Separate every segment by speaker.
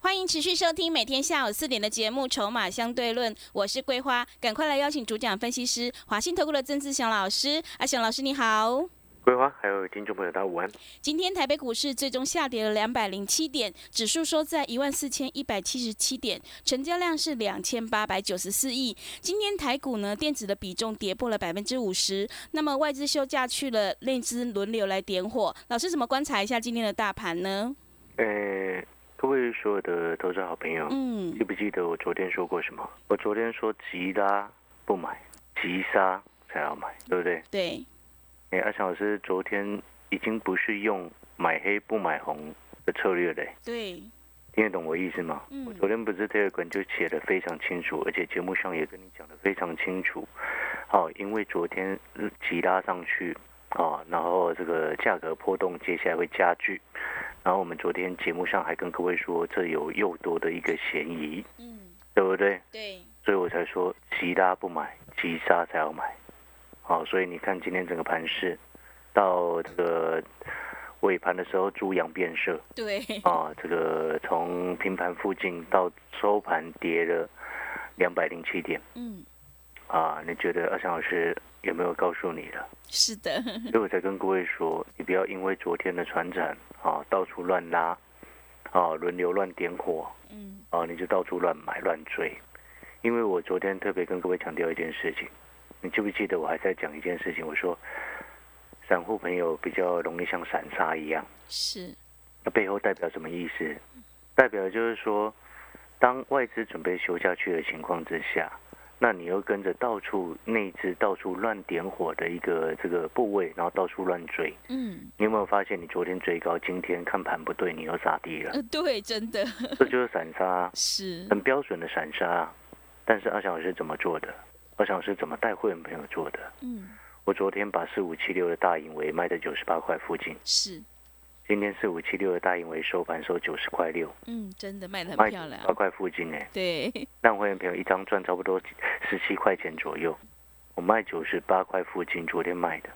Speaker 1: 欢迎持续收听每天下午四点的节目《筹码相对论》，我是桂花，赶快来邀请主讲分析师华信投顾的曾志祥老师。阿祥老师你好，
Speaker 2: 桂花，还有听众朋友，大家午安。
Speaker 1: 今天台北股市最终下跌了两百零七点，指数收在一万四千一百七十七点，成交量是两千八百九十四亿。今天台股呢，电子的比重跌破了百分之五十，那么外资休假去了，内资轮流来点火。老师怎么观察一下今天的大盘呢？
Speaker 2: 呃，各位所有的投资好朋友，
Speaker 1: 嗯
Speaker 2: 记，不记得我昨天说过什么？我昨天说急拉不买，急杀才要买，对不对？
Speaker 1: 对，
Speaker 2: 哎，阿强老师昨天已经不是用买黑不买红的策略嘞，
Speaker 1: 对，
Speaker 2: 听得懂我意思吗？
Speaker 1: 嗯
Speaker 2: 我昨天不是 t e l 就写的非常清楚，而且节目上也跟你讲的非常清楚。好、因为昨天嗯急拉上去啊、然后这个价格波动接下来会加剧，然后我们昨天节目上还跟各位说，这有诱多的一个嫌疑，
Speaker 1: 嗯，
Speaker 2: 对不对？
Speaker 1: 对，
Speaker 2: 所以我才说急拉不买，急杀才要买。好、所以你看今天整个盘势，到这个尾盘的时候猪羊变色，
Speaker 1: 对，
Speaker 2: 啊，这个从平盘附近到收盘跌了两百零七点
Speaker 1: 嗯。
Speaker 2: 啊，你觉得二翔老师有没有告诉你了？
Speaker 1: 是的，
Speaker 2: 所以我才跟各位说，你不要因为昨天的船产啊到处乱拉，啊轮流乱点火
Speaker 1: 嗯
Speaker 2: 啊，你就到处乱买乱追。因为我昨天特别跟各位强调一件事情，你记不记得我还在讲一件事情？我说，散户朋友比较容易像散沙一样。
Speaker 1: 是，
Speaker 2: 那背后代表什么意思？代表就是说，当外资准备休假去的情况之下，那你又跟着到处内资到处乱点火的一个这个部位，然后到处乱追。
Speaker 1: 嗯，
Speaker 2: 你有没有发现，你昨天追高，今天看盘不对，你又杀低了？
Speaker 1: 呃，对，真的
Speaker 2: 这就是散杀啊，
Speaker 1: 是，
Speaker 2: 很标准的散杀啊。但是阿翔老师怎么做的？阿翔老师怎么带会员朋友做的？
Speaker 1: 嗯，
Speaker 2: 我昨天把四五七六的大盈维卖在九十八块附近，
Speaker 1: 是，
Speaker 2: 今天四五七六的大盈维收盘收九十块六，
Speaker 1: 嗯，真的卖的很
Speaker 2: 卖
Speaker 1: 漂亮，
Speaker 2: 八块附近哎、
Speaker 1: 对，
Speaker 2: 让会员朋友一张赚差不多十七块钱左右。我卖九十八块附近，昨天卖的，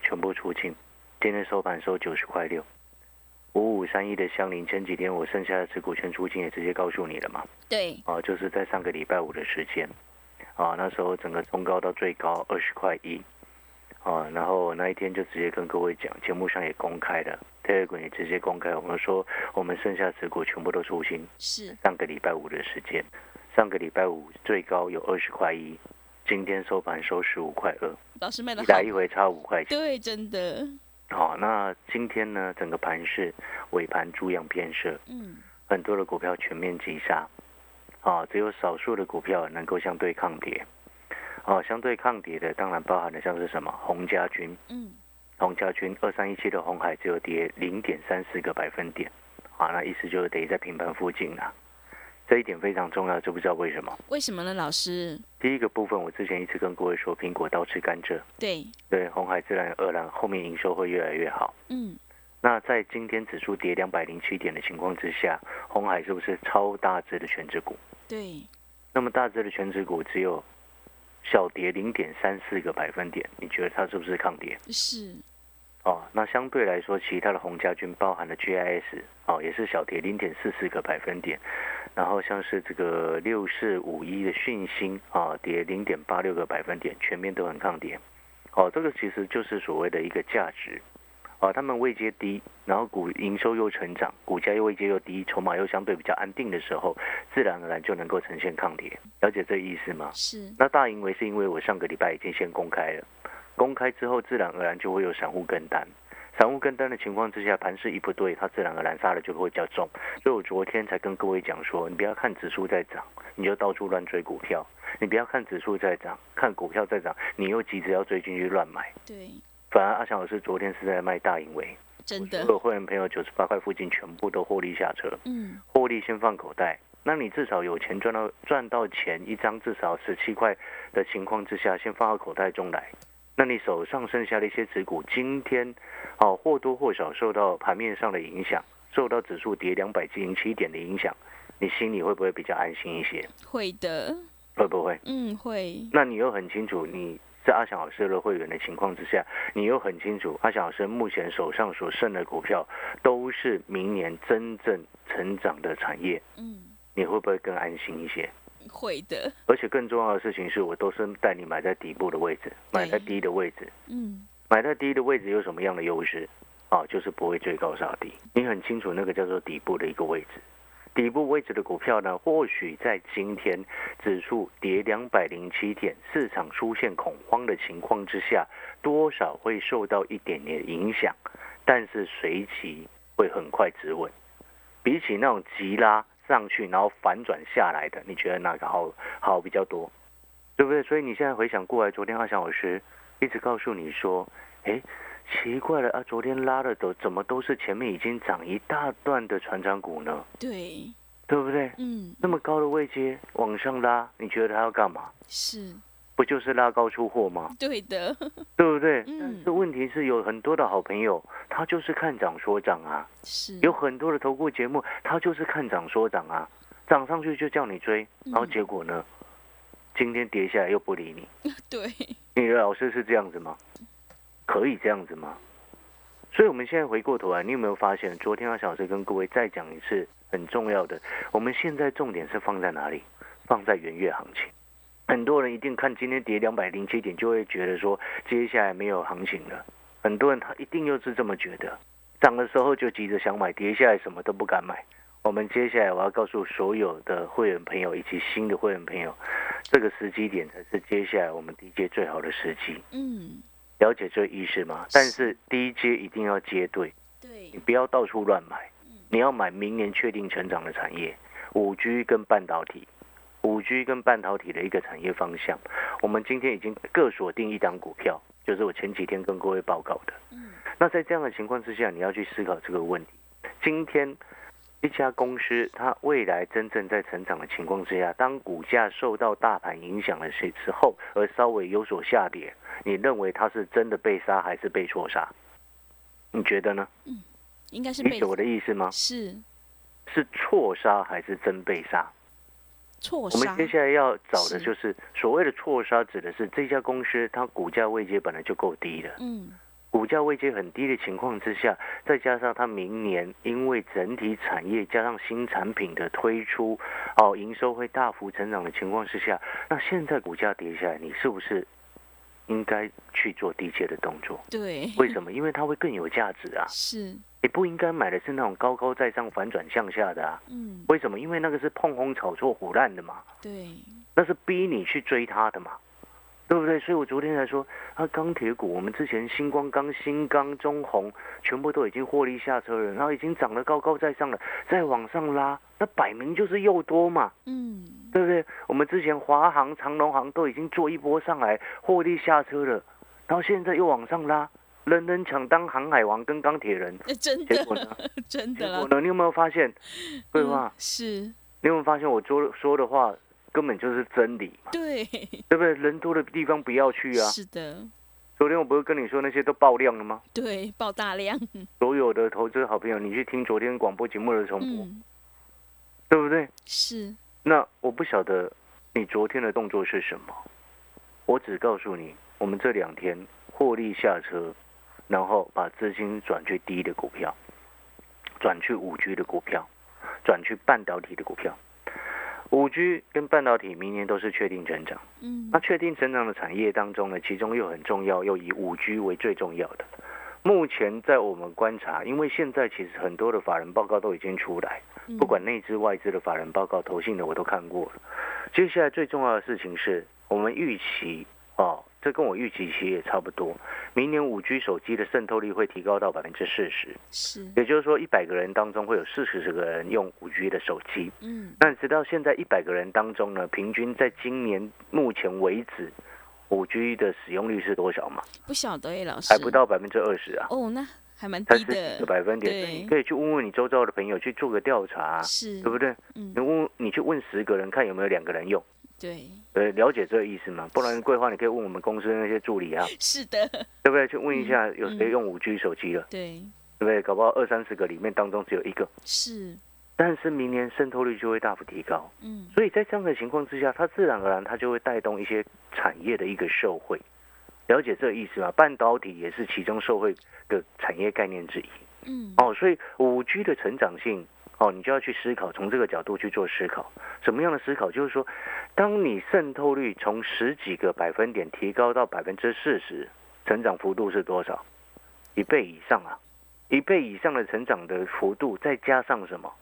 Speaker 2: 全部出清。今天收盘收九十块六，五五三一的香菱，前几天我剩下的持股权出清也直接告诉你了嘛，
Speaker 1: 对，
Speaker 2: 啊，就是在上个礼拜五的时间，啊，那时候整个冲高到最高二十块一，啊，然后我那一天就直接跟各位讲，节目上也公开了，Telegram 也直接公开，我们说我们剩下的持股全部都出清，
Speaker 1: 是，
Speaker 2: 上个礼拜五的时间，上个礼拜五最高有二十块一，今天收盘收十五块二，
Speaker 1: 老师卖的
Speaker 2: 一
Speaker 1: 好
Speaker 2: 来，一回差五块钱。
Speaker 1: 对，真的，
Speaker 2: 好、那今天呢，整个盘是尾盘猪羊偏色，
Speaker 1: 嗯，
Speaker 2: 很多的股票全面急杀，啊、只有少数的股票能够相对抗跌。哦，相对抗跌的当然包含了像是什么红家军，
Speaker 1: 嗯，
Speaker 2: 红家军二三一七的红海只有跌零点三四个百分点，啊，那意思就是等于在平盘附近啦、这一点非常重要，知不知道为什么？
Speaker 1: 为什么呢？老师，
Speaker 2: 第一个部分，我之前一直跟各位说，苹果倒吃甘蔗，
Speaker 1: 对，
Speaker 2: 对红海、自然、而然，后面营收会越来越好。
Speaker 1: 嗯，
Speaker 2: 那在今天指数跌两百零七点的情况之下，红海是不是超大只的全指股？
Speaker 1: 对，
Speaker 2: 那么大只的全指股只有小跌零点三四个百分点，你觉得它是不是抗跌？
Speaker 1: 是，
Speaker 2: 哦，那相对来说，其他的红家军包含了 GIS 哦，也是小跌零点四四个百分点，然后像是这个六四五一的讯星啊、跌零点八六个百分点，全面都很抗跌。哦，这个其实就是所谓的一个价值啊，他们位阶低，然后股营收又成长，股价又位阶又低，筹码又相对比较安定的时候，自然而然就能够呈现抗跌。了解这意思吗？
Speaker 1: 是，
Speaker 2: 那大盈为是因为我上个礼拜已经先公开了，公开之后自然而然就会有散户跟单，散户跟单的情况之下，盘势一不对，它自然而然杀的就会比较重。所以我昨天才跟各位讲说，你不要看指数在涨，你就到处乱追股票；你不要看指数在涨，看股票在涨，你又急着要追进去乱买。
Speaker 1: 对，
Speaker 2: 反而阿翔老师昨天是在卖大盈为，
Speaker 1: 真
Speaker 2: 所
Speaker 1: 的，
Speaker 2: 有会员朋友九十八块附近全部都获利下车，
Speaker 1: 嗯，
Speaker 2: 获利先放口袋，那你至少有钱赚到赚到钱，一张至少十七块的情况之下，先放到口袋中来。那你手上剩下的一些持股，今天哦或多或少受到盘面上的影响，受到指数跌两百零七点的影响，你心里会不会比较安心一些？
Speaker 1: 会的，
Speaker 2: 会不会？
Speaker 1: 嗯，会，
Speaker 2: 那你又很清楚你。在阿翔老师的会员的情况之下，你又很清楚，阿翔老师目前手上所剩的股票都是明年真正成长的产业，
Speaker 1: 嗯，
Speaker 2: 你会不会更安心一些？
Speaker 1: 会的，
Speaker 2: 而且更重要的事情是我都是带你买在底部的位置，买在低的位置，
Speaker 1: 嗯，
Speaker 2: 买在低的位置有什么样的优势？啊，就是不会追高杀低。你很清楚那个叫做底部的一个位置，底部位置的股票呢，或许在今天指数跌两百零七点，市场出现恐慌的情况之下，多少会受到一点点影响，但是随即会很快止稳。比起那种急拉上去然后反转下来的，你觉得哪个好好比较多？对不对？所以你现在回想过来，昨天阿翔老师一直告诉你说，诶，奇怪了啊，昨天拉的都怎么都是前面已经涨一大段的船长股呢？
Speaker 1: 对，
Speaker 2: 对不对？
Speaker 1: 嗯，
Speaker 2: 那么高的位阶往上拉，你觉得它要干嘛？
Speaker 1: 是
Speaker 2: 不就是拉高出货吗？
Speaker 1: 对的，
Speaker 2: 对不对？
Speaker 1: 嗯
Speaker 2: 但是问题是有很多的好朋友，他就是看涨说涨啊，
Speaker 1: 是
Speaker 2: 有很多的投顾节目，他就是看涨说涨啊，涨上去就叫你追，然后
Speaker 1: 嗯
Speaker 2: 结果呢，今天跌下来又不理你。
Speaker 1: 对，
Speaker 2: 你的老师是这样子吗？可以这样子吗？所以，我们现在回过头来，你有没有发现，昨天阿小师跟各位再讲一次很重要的，我们现在重点是放在哪里？放在元月行情。很多人一定看今天跌两百零七点，就会觉得说接下来没有行情了。很多人他一定又是这么觉得，涨的时候就急着想买，跌下来什么都不敢买。我们接下来我要告诉所有的会员朋友以及新的会员朋友，这个时机点才是接下来我们 DJ 最好的时机。
Speaker 1: 嗯，
Speaker 2: 了解这意思吗？但是 DJ 一定要接对，
Speaker 1: 对
Speaker 2: 你，不要到处乱买，你要买明年确定成长的产业，五 G 跟半导体。五 G 跟半导体的一个产业方向，我们今天已经各锁定一档股票，就是我前几天跟各位报告的。
Speaker 1: 嗯，
Speaker 2: 那在这样的情况之下，你要去思考这个问题。今天一家公司它未来真正在成长的情况之下，当股价受到大盘影响的时时候，而稍微有所下跌，你认为它是真的被杀还是被错杀？你觉得呢？
Speaker 1: 应该是
Speaker 2: 理
Speaker 1: 被
Speaker 2: 解我的意思吗？
Speaker 1: 是
Speaker 2: 是错杀还是真被杀？
Speaker 1: 错
Speaker 2: 我
Speaker 1: 杀
Speaker 2: 们，接下来要找的
Speaker 1: 是
Speaker 2: 就是所谓的错杀，指的是这家公司它股价位阶本来就够低的，
Speaker 1: 嗯，
Speaker 2: 股价位阶很低的情况之下，再加上它明年因为整体产业加上新产品的推出，哦，营收会大幅成长的情况之下，那现在股价跌下来，你是不是应该去做低阶的动作？
Speaker 1: 对，
Speaker 2: 为什么？因为它会更有价值啊！
Speaker 1: 是，
Speaker 2: 你不应该买的是那种高高在上反转向下的啊！
Speaker 1: 嗯，
Speaker 2: 为什么？因为那个是碰轰炒作胡烂的嘛，
Speaker 1: 对，
Speaker 2: 那是逼你去追它的嘛。对不对？所以我昨天才说，啊，钢铁股，我们之前星光钢、新钢、中红，全部都已经获利下车了，然后已经涨得高高在上了，再往上拉，那摆明就是又多嘛，
Speaker 1: 嗯，
Speaker 2: 对不对？我们之前华航、长隆航都已经做一波上来，获利下车了，然后现在又往上拉，人人抢当航海王跟钢铁 人，
Speaker 1: 呃真
Speaker 2: 结果呢
Speaker 1: 的，？真
Speaker 2: 结
Speaker 1: 的
Speaker 2: 果
Speaker 1: 了，
Speaker 2: 呢？你有没有发现？对吧
Speaker 1: 嗯？是，
Speaker 2: 你有没有发现我说说的话根本就是真理嘛？
Speaker 1: 对，
Speaker 2: 对不对？人多的地方不要去啊！
Speaker 1: 是的，
Speaker 2: 昨天我不是跟你说那些都爆量了吗？
Speaker 1: 对，爆大量，
Speaker 2: 所有的投资好朋友，你去听昨天广播节目的重播，
Speaker 1: 嗯，
Speaker 2: 对不对？
Speaker 1: 是，
Speaker 2: 那我不晓得你昨天的动作是什么，我只告诉你，我们这两天获利下车，然后把资金转去低的股票，转去五 G 的股票，转去半导体的股票。五 G 跟半导体明年都是确定成长。
Speaker 1: 嗯
Speaker 2: 那，确定成长的产业当中呢，其中又很重要，又以五 G 为最重要的。目前在我们观察，因为现在其实很多的法人报告都已经出来，
Speaker 1: 嗯
Speaker 2: 不管内资外资的法人报告、投信的我都看过了。接下来最重要的事情是我们预期哦，这跟我预期其实也差不多，明年五 G 手机的渗透率会提高到百分之四十，
Speaker 1: 嗯是，
Speaker 2: 也就是说一百个人当中会有四十个人用五 G 的手机。
Speaker 1: 嗯，
Speaker 2: 那直到现在一百个人当中呢，平均在今年目前为止，五 G 的使用率是多少嘛？
Speaker 1: 不晓得哎，老师，
Speaker 2: 还不到百分之二十啊。
Speaker 1: 哦，那还蛮
Speaker 2: 才十
Speaker 1: 低
Speaker 2: 几
Speaker 1: 的
Speaker 2: 个，百分点，
Speaker 1: 对
Speaker 2: 可以去问问你周遭的朋友，去做个调查，啊
Speaker 1: 是
Speaker 2: 对，不对？
Speaker 1: 嗯
Speaker 2: 你，问你去问十个人，看有没有两个人用，
Speaker 1: 对，
Speaker 2: 对，了解这个意思吗？不然规划你可以问我们公司那些助理啊，
Speaker 1: 是的，
Speaker 2: 对不对？去问一下有
Speaker 1: 嗯
Speaker 2: 谁用五 G 手机了，
Speaker 1: 对，
Speaker 2: 对不对？搞不好二三十个里面当中只有一个，
Speaker 1: 是，
Speaker 2: 但是明年渗透率就会大幅提高，
Speaker 1: 嗯，
Speaker 2: 所以在这样的情况之下，它自然而然它就会带动一些产业的一个受惠。了解这个意思吗？半导体也是其中受惠的产业概念之一。
Speaker 1: 嗯，
Speaker 2: 哦，所以五 G 的成长性，哦，你就要去思考，从这个角度去做思考。什么样的思考？就是说，当你渗透率从十几个百分点提高到百分之四十，成长幅度是多少？一倍以上啊！一倍以上的成长的幅度，再加上什么？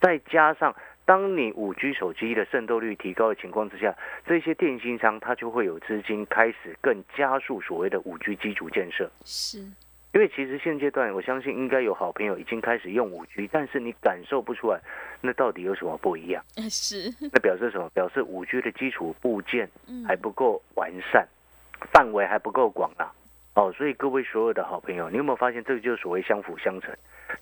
Speaker 2: 再加上当你五 G 手机的渗透率提高的情况之下，这些电信商它就会有资金开始更加速所谓的五 G 基础建设。
Speaker 1: 是，
Speaker 2: 因为其实现阶段，我相信应该有好朋友已经开始用五 G，但是你感受不出来，那到底有什么不一样？
Speaker 1: 呃是，
Speaker 2: 那表示什么？表示五 G 的基础部件
Speaker 1: 嗯，
Speaker 2: 还不够完善，范围还不够广啊。哦，所以各位所有的好朋友，你有没有发现，这个就是所谓相辅相成？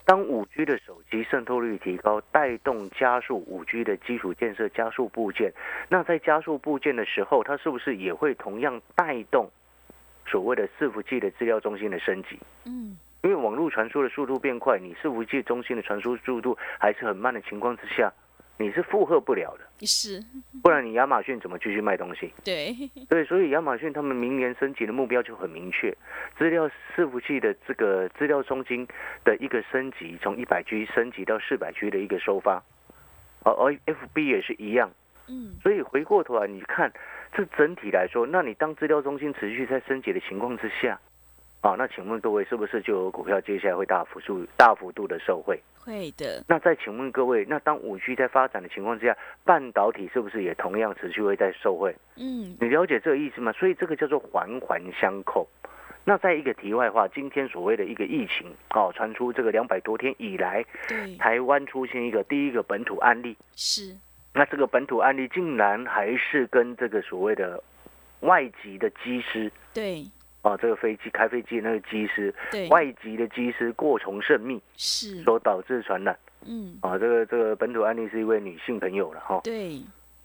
Speaker 2: 当五 G 的手机渗透率提高，带动加速五 G 的基础建设、加速部件，那在加速部件的时候，它是不是也会同样带动所谓的伺服器的资料中心的升级？
Speaker 1: 嗯，
Speaker 2: 因为网络传输的速度变快，你伺服器中心的传输速度还是很慢的情况之下，你是负荷不了的，
Speaker 1: 是，
Speaker 2: 不然你亚马逊怎么继续卖东西？
Speaker 1: 对，
Speaker 2: 对，所以亚马逊他们明年升级的目标就很明确，资料伺服器的这个资料中心的一个升级，从一百 G 升级到四百 G 的一个收发，而而 FB 也是一样。
Speaker 1: 嗯，
Speaker 2: 所以回过头来，啊你看这整体来说，那你当资料中心持续在升级的情况之下，啊，那请问各位是不是就有股票接下来会大幅度大幅度的受惠？
Speaker 1: 会的，
Speaker 2: 那再请问各位，那当五 G 在发展的情况之下，半导体是不是也同样持续会在受惠？
Speaker 1: 嗯，
Speaker 2: 你了解这个意思吗？所以这个叫做环环相扣。那在一个题外话，今天所谓的一个疫情哦，传出这个两百多天以来，
Speaker 1: 对，
Speaker 2: 台湾出现一个第一个本土案例，
Speaker 1: 是，
Speaker 2: 那这个本土案例竟然还是跟这个所谓的外籍的机师
Speaker 1: 对，
Speaker 2: 啊，这个飞机开飞机的那个机师，
Speaker 1: 对，嗯
Speaker 2: 外籍的机师过从甚密
Speaker 1: 是，
Speaker 2: 所导致传染
Speaker 1: 嗯，
Speaker 2: 啊。这个这个本土案例是一位女性朋友了哈、
Speaker 1: 对，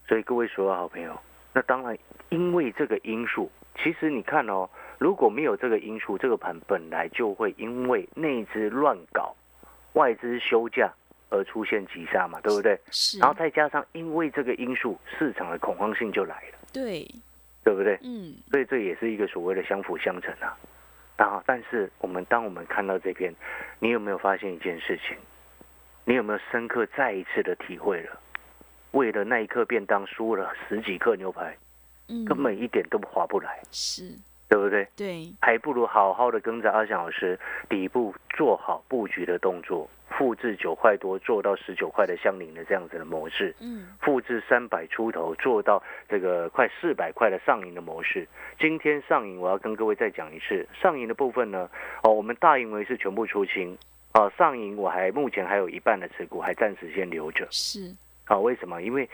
Speaker 2: 所以各位所有好朋友，那当然因为这个因素，其实你看哦，如果没有这个因素，这个盘本来就会因为内资乱搞，外资休假而出现急杀嘛，对不对？
Speaker 1: 是
Speaker 2: 然，后再加上因为这个因素，市场的恐慌性就来了，
Speaker 1: 对，
Speaker 2: 对不对？
Speaker 1: 嗯，
Speaker 2: 所以这也是一个所谓的相辅相成啊。啊，但是我们当我们看到这边，你有没有发现一件事情？你有没有深刻再一次的体会了？为了那一颗便当输了十几克牛排，
Speaker 1: 嗯，
Speaker 2: 根本一点都划不来，
Speaker 1: 是，
Speaker 2: 对不对？
Speaker 1: 对，
Speaker 2: 还不如好好的跟着阿翔老师底部做好布局的动作，复制九块多做到十九块的相邻的这样子的模式。
Speaker 1: 嗯，
Speaker 2: 复制三百出头，做到这个快四百块的上影的模式。今天上影我要跟各位再讲一次，上影的部分呢，哦，我们大盈为是全部出清。哦，上影我还目前还有一半的持股还暂时先留着。
Speaker 1: 是，
Speaker 2: 啊、为什么？因为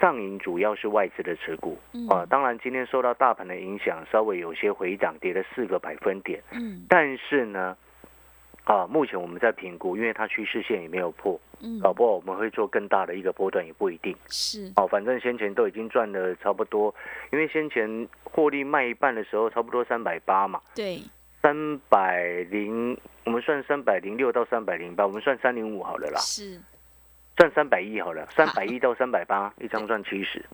Speaker 2: 上影主要是外资的持股。
Speaker 1: 嗯，
Speaker 2: 啊、当然今天受到大盘的影响，稍微有些回涨，跌了四个百分点。
Speaker 1: 嗯，
Speaker 2: 但是呢，啊，目前我们在评估，因为它趋势线也没有破，
Speaker 1: 嗯，
Speaker 2: 搞不好我们会做更大的一个波段，也不一定。
Speaker 1: 是，
Speaker 2: 哦，反正先前都已经赚了差不多，因为先前获利卖一半的时候，差不多三百八嘛，
Speaker 1: 对，
Speaker 2: 三百零，我们算三百零六到三百零八，我们算三零五好了啦，
Speaker 1: 是，
Speaker 2: 算三百一好了，三百一到三百八，一张赚七十。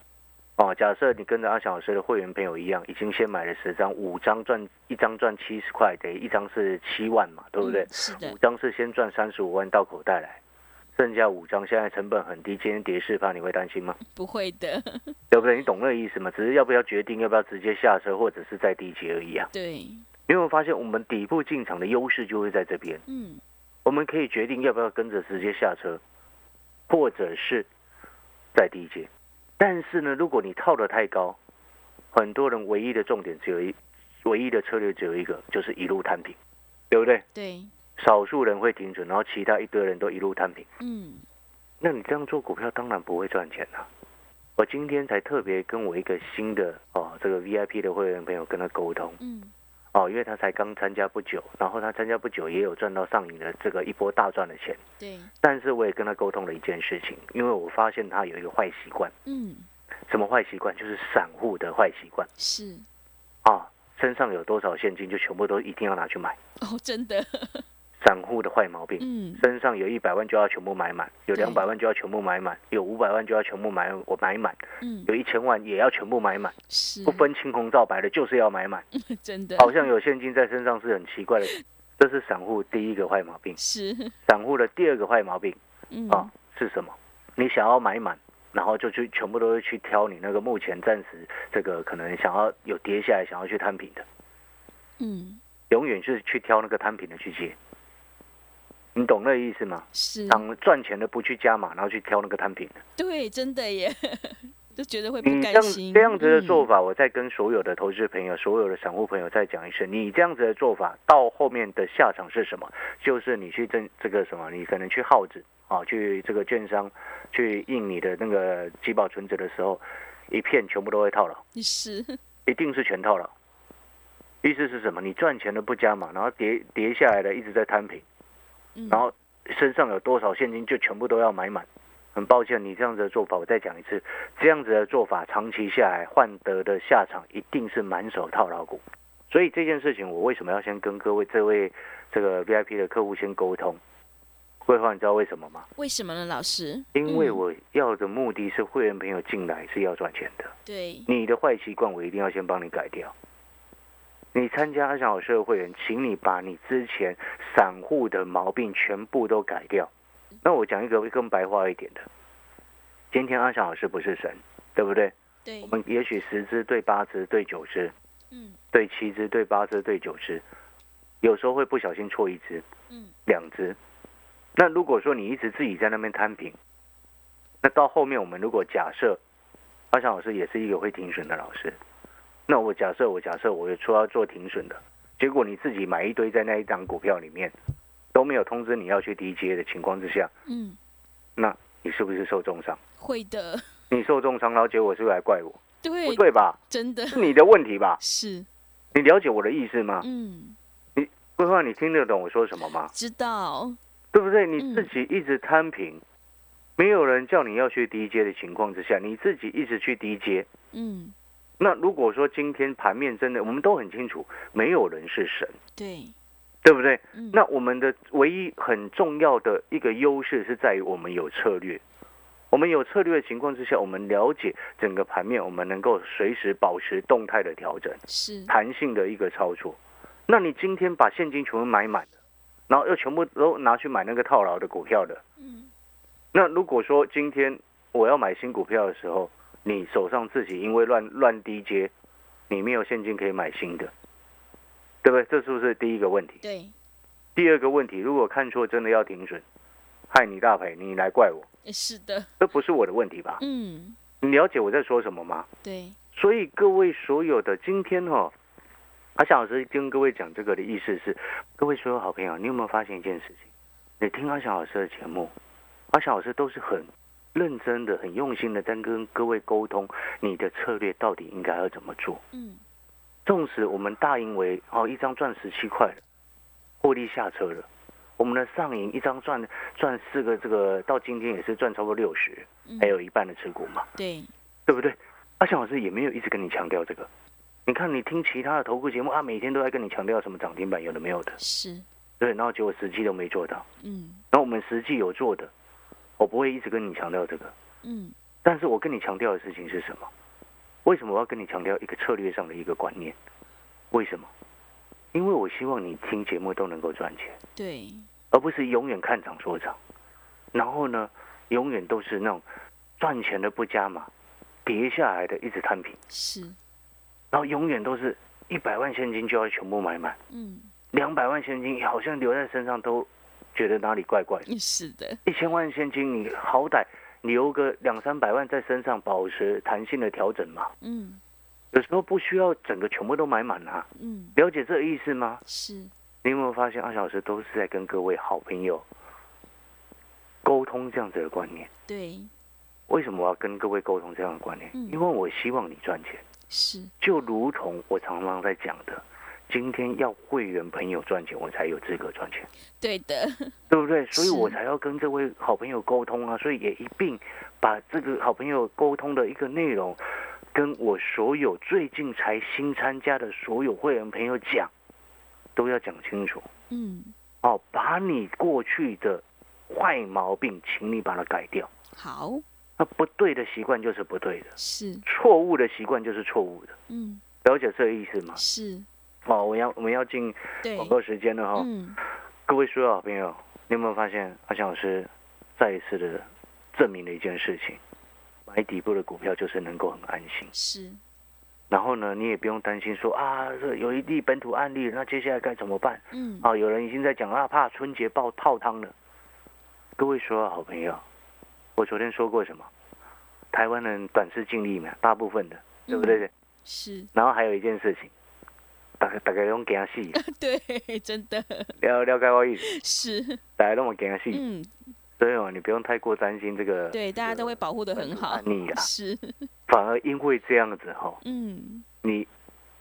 Speaker 2: 哦，假设你跟着阿翔老师的会员朋友一样，已经先买了十张，五张赚一张赚七十块，等于一张是七万嘛，对不对
Speaker 1: 嗯？是
Speaker 2: 五
Speaker 1: 的，
Speaker 2: 张是先赚三十五万到口袋来，剩下五张现在成本很低，今天跌四趴，你会担心吗？
Speaker 1: 不会的，
Speaker 2: 对不对？你懂那个意思吗？只是要不要决定要不要直接下车，或者是在低阶而已啊。
Speaker 1: 对，
Speaker 2: 因为我发现我们底部进场的优势就会在这边，
Speaker 1: 嗯，
Speaker 2: 我们可以决定要不要跟着直接下车，或者是在低阶。但是呢，如果你套的太高，很多人唯一的重点只有一，唯一的策略只有一个，就是一路摊平，对不对？
Speaker 1: 对，
Speaker 2: 少数人会停损，然后其他一堆人都一路摊平。
Speaker 1: 嗯，
Speaker 2: 那你这样做股票当然不会赚钱啦、我今天才特别跟我一个新的哦，这个 VIP 的会员朋友跟他沟通，
Speaker 1: 嗯，
Speaker 2: 哦，因为他才刚参加不久，然后他参加不久也有赚到上瘾的这个一波大赚的钱，
Speaker 1: 对，
Speaker 2: 但是我也跟他沟通了一件事情，因为我发现他有一个坏习惯，
Speaker 1: 嗯，
Speaker 2: 什么坏习惯？就是散户的坏习惯
Speaker 1: 是，
Speaker 2: 啊，身上有多少现金就全部都一定要拿去买，
Speaker 1: 哦，真的，
Speaker 2: 散户的坏毛病。
Speaker 1: 嗯，
Speaker 2: 身上有一百万就要全部买满，有
Speaker 1: 对
Speaker 2: 两百万就要全部买满，有五百万就要全部买我买满，
Speaker 1: 嗯，
Speaker 2: 有一千万也要全部买满，
Speaker 1: 是，
Speaker 2: 不分青红皂白的，就是要买满。
Speaker 1: 真的，
Speaker 2: 好像有现金在身上是很奇怪的，这是散户第一个坏毛病。
Speaker 1: 是，
Speaker 2: 散户的第二个坏毛病
Speaker 1: 嗯，
Speaker 2: 啊是什么？你想要买满，然后就去全部都是去挑你那个目前暂时这个可能想要有跌下来想要去摊平的，
Speaker 1: 嗯，
Speaker 2: 永远是去挑那个摊平的去接。你懂那意思吗？
Speaker 1: 是，
Speaker 2: 想赚钱的不去加码，然后去挑那个摊平的。
Speaker 1: 对，真的耶， 就觉得会不
Speaker 2: 你嗯这
Speaker 1: 甘
Speaker 2: 样
Speaker 1: 心，
Speaker 2: 这样子的做
Speaker 1: 嗯
Speaker 2: 法，我再跟所有的投资朋友、所有的散户朋友再讲一声，你这样子的做法到后面的下场是什么？就是你去挣这个什么，你可能去耗子啊，去这个券商去印你的那个集保存折的时候，一片全部都会套牢，
Speaker 1: 是，
Speaker 2: 一定是全套牢。意思是什么？你赚钱的不加码，然后跌跌下来的一直在摊平，
Speaker 1: 嗯
Speaker 2: 然后身上有多少现金就全部都要买满。很抱歉，你这样子的做法，我再讲一次，这样子的做法长期下来换得的下场一定是满手套牢股。所以这件事情，我为什么要先跟各位这位这个 VIP 的客户先沟通？桂花，你知道为什么吗？
Speaker 1: 为什么呢，老师？
Speaker 2: 因为
Speaker 1: 嗯
Speaker 2: 我要的目的是会员朋友进来是要赚钱的，
Speaker 1: 对，
Speaker 2: 你的坏习惯我一定要先帮你改掉。你参加阿翔老师的会员，请你把你之前散户的毛病全部都改掉。那我讲一个更白话一点的，今天阿翔老师不是神，对不对？
Speaker 1: 对
Speaker 2: 我，们也许十只对八只对九只
Speaker 1: 嗯
Speaker 2: 对七只对八只对九只，有时候会不小心错一只，
Speaker 1: 嗯，
Speaker 2: 两只。那如果说你一直自己在那边摊平，那到后面我们如果假设阿翔老师也是一个会停损的老师，那我假设我假设我说要做停损的，结果你自己买一堆在那一档股票里面都没有通知你要去低接的情况之下，
Speaker 1: 嗯，
Speaker 2: 那你是不是受重伤？
Speaker 1: 会的，
Speaker 2: 你受重伤，然后结果是不是来怪我？不
Speaker 1: 对，
Speaker 2: 对吧？
Speaker 1: 真的
Speaker 2: 是你的问题吧？
Speaker 1: 是，
Speaker 2: 你了解我的意思吗？
Speaker 1: 嗯，
Speaker 2: 桂花，你听得懂我说什么吗？
Speaker 1: 知道，
Speaker 2: 对不对？你自己一直摊平，没有人叫你要去低阶的情况之下，你自己一直去低阶。
Speaker 1: 嗯，
Speaker 2: 那如果说今天盘面真的，我们都很清楚，没有人是神，
Speaker 1: 对，
Speaker 2: 对不对？
Speaker 1: 嗯，
Speaker 2: 那我们的唯一很重要的一个优势是在于我们有策略。我们有策略的情况之下，我们了解整个盘面，我们能够随时保持动态的调整。
Speaker 1: 是，
Speaker 2: 弹性的一个操作。那你今天把现金全部买满了，然后又全部都拿去买那个套牢的股票的，
Speaker 1: 嗯，
Speaker 2: 那如果说今天我要买新股票的时候，你手上自己因为乱乱低接，你没有现金可以买新的，对不对？这是不是第一个问题？
Speaker 1: 对，
Speaker 2: 第二个问题，如果看错真的要停损，害你大赔，你来怪我，
Speaker 1: 是的，
Speaker 2: 这不是我的问题吧？
Speaker 1: 嗯，
Speaker 2: 你了解我在说什么吗？
Speaker 1: 对，
Speaker 2: 所以各位所有的今天哈、哦，阿翔老师跟各位讲这个的意思是，各位所有好朋友，你有没有发现一件事情？你听阿翔老师的节目，阿翔老师都是很认真的、很用心的在跟各位沟通你的策略到底应该要怎么做。
Speaker 1: 嗯，
Speaker 2: 纵使我们大盈为哦一张赚十七块了，获利下车了，我们的上盈一张赚赚四个，这个到今天也是赚超过六十，
Speaker 1: 嗯
Speaker 2: 还有一半的持股嘛。
Speaker 1: 对，
Speaker 2: 对不对？阿翔老师也没有一直跟你强调这个。你看，你听其他的投顾节目啊，每天都在跟你强调什么涨停板有的没有的，
Speaker 1: 是，
Speaker 2: 对，然后结果实际都没做到。
Speaker 1: 嗯
Speaker 2: 然后我们实际有做的，我不会一直跟你强调这个，
Speaker 1: 嗯，
Speaker 2: 但是我跟你强调的事情是什么？为什么我要跟你强调一个策略上的一个观念？为什么？因为我希望你听节目都能够赚钱，
Speaker 1: 对，
Speaker 2: 而不是永远看涨说涨，然后呢，永远都是那种赚钱的不加码，跌下来的一直摊平。
Speaker 1: 是，
Speaker 2: 然后永远都是一百万现金就要全部买满，
Speaker 1: 嗯，
Speaker 2: 两百万现金好像留在身上都觉得哪里怪怪的，
Speaker 1: 是的，
Speaker 2: 一千万现金你好歹留个两三百万在身上，保持弹性的调整嘛。
Speaker 1: 嗯
Speaker 2: 有时候不需要整个全部都买满啊，
Speaker 1: 嗯，
Speaker 2: 了解这意思吗？
Speaker 1: 是，
Speaker 2: 你有没有发现阿小时都是在跟各位好朋友沟通这样子的观念？
Speaker 1: 对，
Speaker 2: 为什么我要跟各位沟通这样的观念？
Speaker 1: 嗯
Speaker 2: 因为我希望你赚钱。
Speaker 1: 是，
Speaker 2: 就如同我常常在讲的，今天要会员朋友赚钱，我才有资格赚钱，
Speaker 1: 对的，
Speaker 2: 对不对？所以
Speaker 1: 是
Speaker 2: 我才要跟这位好朋友沟通啊，所以也一并把这个好朋友沟通的一个内容，跟我所有最近才新参加的所有会员朋友讲，都要讲清楚
Speaker 1: 嗯，
Speaker 2: 哦，把你过去的坏毛病，请你把它改掉。
Speaker 1: 好，
Speaker 2: 那不对的习惯就是不对的，
Speaker 1: 是，
Speaker 2: 错误的习惯就是错误的，
Speaker 1: 嗯，
Speaker 2: 了解这个意思吗？
Speaker 1: 是，
Speaker 2: 哦，我要我们要进
Speaker 1: 对，
Speaker 2: 广告时间哦了哈、
Speaker 1: 嗯，
Speaker 2: 各位所有好朋友，你有没有发现阿翔老师再一次的证明了一件事情：买底部的股票就是能够很安心。
Speaker 1: 是，
Speaker 2: 然后呢，你也不用担心说啊，这有一例本土案例，那接下来该怎么办？
Speaker 1: 嗯，
Speaker 2: 啊，有人已经在讲啊，怕春节爆泡汤了。各位所有好朋友，我昨天说过什么？台湾人短视近利嘛，大部分的，对不对？
Speaker 1: 嗯是，
Speaker 2: 然后还有一件事情，大家大家拢惊死，
Speaker 1: 对，真的
Speaker 2: 了了解我意思，
Speaker 1: 是，
Speaker 2: 大家拢惊死。
Speaker 1: 嗯，
Speaker 2: 所以哦，你不用太过担心这个
Speaker 1: 对，大家都会保护的很好
Speaker 2: 叛，逆啊，
Speaker 1: 是，
Speaker 2: 反而因为这样子哈、
Speaker 1: 嗯，
Speaker 2: 你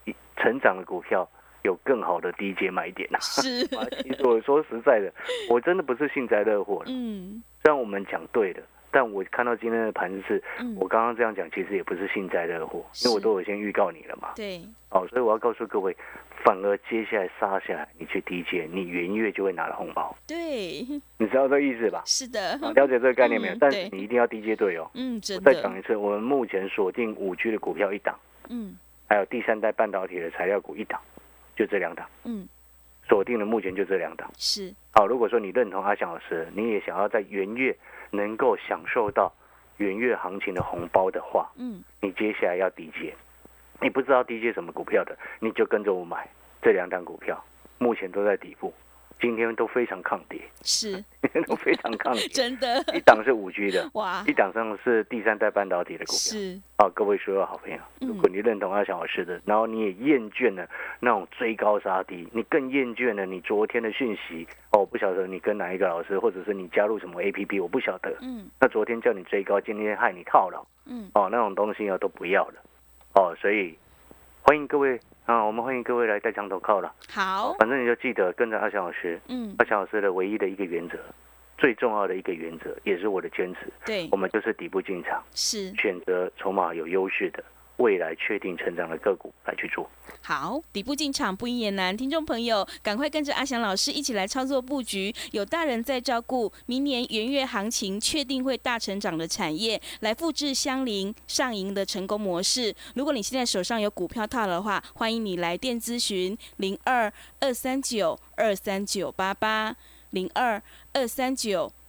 Speaker 2: 你成长的股票有更好的低阶买点呐、
Speaker 1: 是，
Speaker 2: 啊。其实我说实在的，我真的不是幸灾乐祸了。
Speaker 1: 嗯，
Speaker 2: 虽然我们讲对的，但我看到今天的盘是，
Speaker 1: 嗯
Speaker 2: 我，刚刚这样讲其实也不是幸灾乐祸，
Speaker 1: 是
Speaker 2: 因为我都有先预告你了嘛。
Speaker 1: 对，
Speaker 2: 哦，所以我要告诉各位，反而接下来杀下来，你去低阶，你元月就会拿到红包，
Speaker 1: 对，
Speaker 2: 你知道这意思吧？
Speaker 1: 是的，
Speaker 2: 啊了解这个概念没有？
Speaker 1: 嗯
Speaker 2: 但
Speaker 1: 对
Speaker 2: 是你一定要低阶对哦。
Speaker 1: 嗯，
Speaker 2: 我
Speaker 1: 真
Speaker 2: 再
Speaker 1: 的
Speaker 2: 讲，一次，我们目前锁定五 G 的股票一档，
Speaker 1: 嗯
Speaker 2: 还有第三代半导体的材料股一档，就这两档
Speaker 1: 嗯，
Speaker 2: 锁定的，目前就这两档。
Speaker 1: 是，
Speaker 2: 好，如果说你认同阿翔老师，你也想要在元月能够享受到元月行情的红包的话，
Speaker 1: 嗯，
Speaker 2: 你接下来要低接，你不知道低接什么股票的，你就跟着我买这两档股票，目前都在底部，今天都非常抗跌，
Speaker 1: 是，
Speaker 2: 都非常抗跌，
Speaker 1: 真的，
Speaker 2: 啊 一档是五 G 的，
Speaker 1: 哇
Speaker 2: 一，档上是第三代半导体的股 票。
Speaker 1: 是，
Speaker 2: 好，啊各位所有好朋友，
Speaker 1: 嗯
Speaker 2: 如果你认同阿翔老师的，然后你也厌倦了那种追高杀低，你更厌倦了你昨天的讯息哦，我不晓得你跟哪一个老师，或者是你加入什么 APP，我不晓得。
Speaker 1: 嗯
Speaker 2: 那昨天叫你追高，今天害你套牢
Speaker 1: 嗯，
Speaker 2: 哦，那种东西啊都不要了哦，所以欢迎各位啊，我们欢迎各位来带枪投靠了。
Speaker 1: 好，
Speaker 2: 反正你就记得跟着阿翔老师，
Speaker 1: 嗯，
Speaker 2: 阿翔老师的唯一的一个原则，最重要的一个原则，也是我的坚持，
Speaker 1: 对
Speaker 2: 我，们就是底部进场。
Speaker 1: 是，
Speaker 2: 选择筹码有优势的、未来确定成长的个股来去做。
Speaker 1: 好，底部进场不赢也难，听众朋友，赶快跟着阿翔老师一起来操作布局，有大人在照顾，明年元月行情确定会大成长的产业，来复制相邻上银的成功模式。如果你现在手上有股票套的话，欢迎你来电咨询零二二三九二三九八八零二二三九。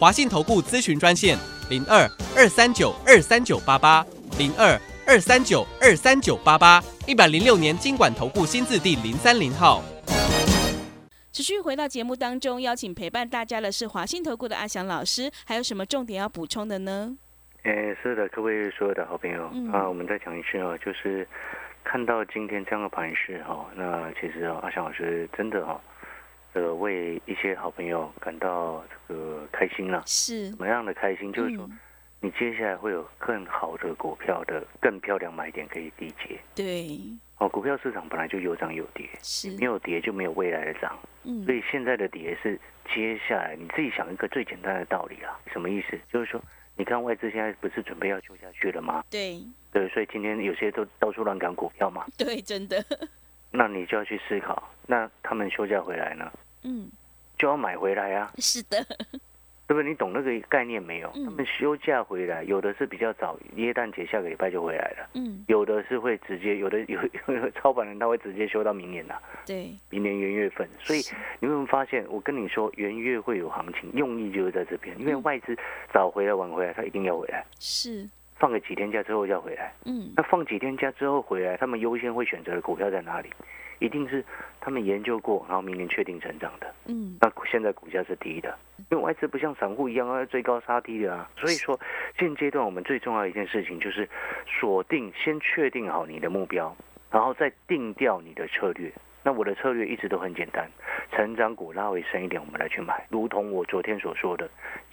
Speaker 3: 华信投顾咨询专线零二二三九二三九八八零二二三九二三九八八，一百零六年经管投顾新字第零三零号。
Speaker 1: 持续回到节目当中，邀请陪伴大家的是华信投顾的阿翔老师，还有什么重点要补充的呢？
Speaker 2: 诶，是的，各位所有的好朋友，
Speaker 1: 嗯
Speaker 2: 啊，我们再讲一次哦，就是看到今天这样的盘势哦，那其实哦，阿翔老师真的哦，呃，为一些好朋友感到这个开心了。
Speaker 1: 是
Speaker 2: 什，么样的开心？就是说，
Speaker 1: 嗯，
Speaker 2: 你接下来会有更好的股票的更漂亮买点可以低接。
Speaker 1: 对，
Speaker 2: 哦，股票市场本来就有涨有跌，
Speaker 1: 是
Speaker 2: 没，有跌就没有未来的涨。
Speaker 1: 嗯
Speaker 2: 所，以现在的跌是接下来你自己想一个最简单的道理啦，什么意思？就是说，你看外资现在不是准备要救下去了吗？
Speaker 1: 对，
Speaker 2: 对，所以今天有些都到处乱赶股票嘛，
Speaker 1: 对，真的，
Speaker 2: 那你就要去思考，那他们休假回来呢，
Speaker 1: 嗯，
Speaker 2: 就要买回来啊，
Speaker 1: 是的，
Speaker 2: 对不对？你懂那个概念没有？
Speaker 1: 嗯
Speaker 2: 他们休假回来，有的是比较早，耶诞节下个礼拜就回来了，
Speaker 1: 嗯，
Speaker 2: 有的是会直接，有的有有的操盘人他会直接休到明年的、
Speaker 1: 对，
Speaker 2: 明年元月份，所以
Speaker 1: 是
Speaker 2: 你有没有发现？我跟你说，元月会有行情，用意就是在这边，因为
Speaker 1: 嗯
Speaker 2: 外资早回来晚回来，它一定要回来。
Speaker 1: 是，
Speaker 2: 放个几天假之后要回来。
Speaker 1: 嗯
Speaker 2: 那放几天假之后回来，他们优先会选择的股票在哪里？一定是他们研究过，然后明年确定成长的。
Speaker 1: 嗯
Speaker 2: 那现在股价是低的，因为外资不像散户一样要追高杀低的啊。所以说，现阶段我们最重要的一件事情就是锁定，先确定好你的目标，然后再定调你的策略。那我的策略一直都很简单，成长股拉回深一点，我们来去买。如同我昨天所说的，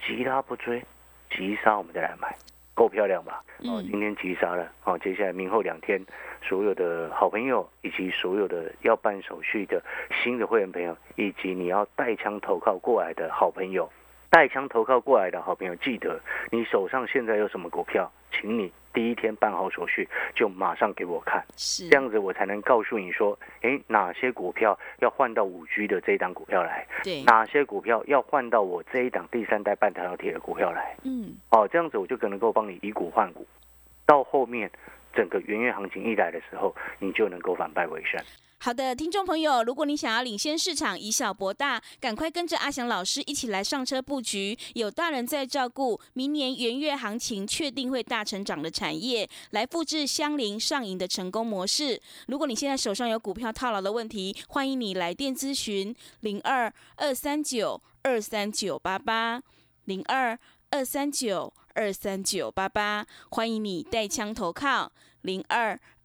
Speaker 2: 急拉不追，急杀我们再来买，够漂亮吧？哦，
Speaker 1: 嗯
Speaker 2: 今天急杀了，哦，接下来明后两天，所有的好朋友以及所有的要办手续的新的会员朋友，以及你要带枪投靠过来的好朋友，带枪投靠过来的好朋友，记得你手上现在有什么股票，请你第一天办好手续就马上给我看，
Speaker 1: 是
Speaker 2: 这样子我才能告诉你说，诶，哪些股票要换到五 G 的这一档股票来，
Speaker 1: 对，
Speaker 2: 哪些股票要换到我这一档第三代半导体的股票来。
Speaker 1: 嗯
Speaker 2: 哦，这样子我就可能够帮你以股换股，到后面整个元月行情一来的时候，你就能够反败为胜。
Speaker 1: 好的，听众朋友，如果你想要领先市场，以小博大，赶快跟着阿翔老师一起来上车布局。有大人在照顾，明年元月行情确定会大成长的产业，来复制相邻上影的成功模式。如果你现在手上有股票套牢的问题，欢迎你来电咨询零二二三九二三九八八零二二三九二三九八八，欢迎你带枪投靠零二。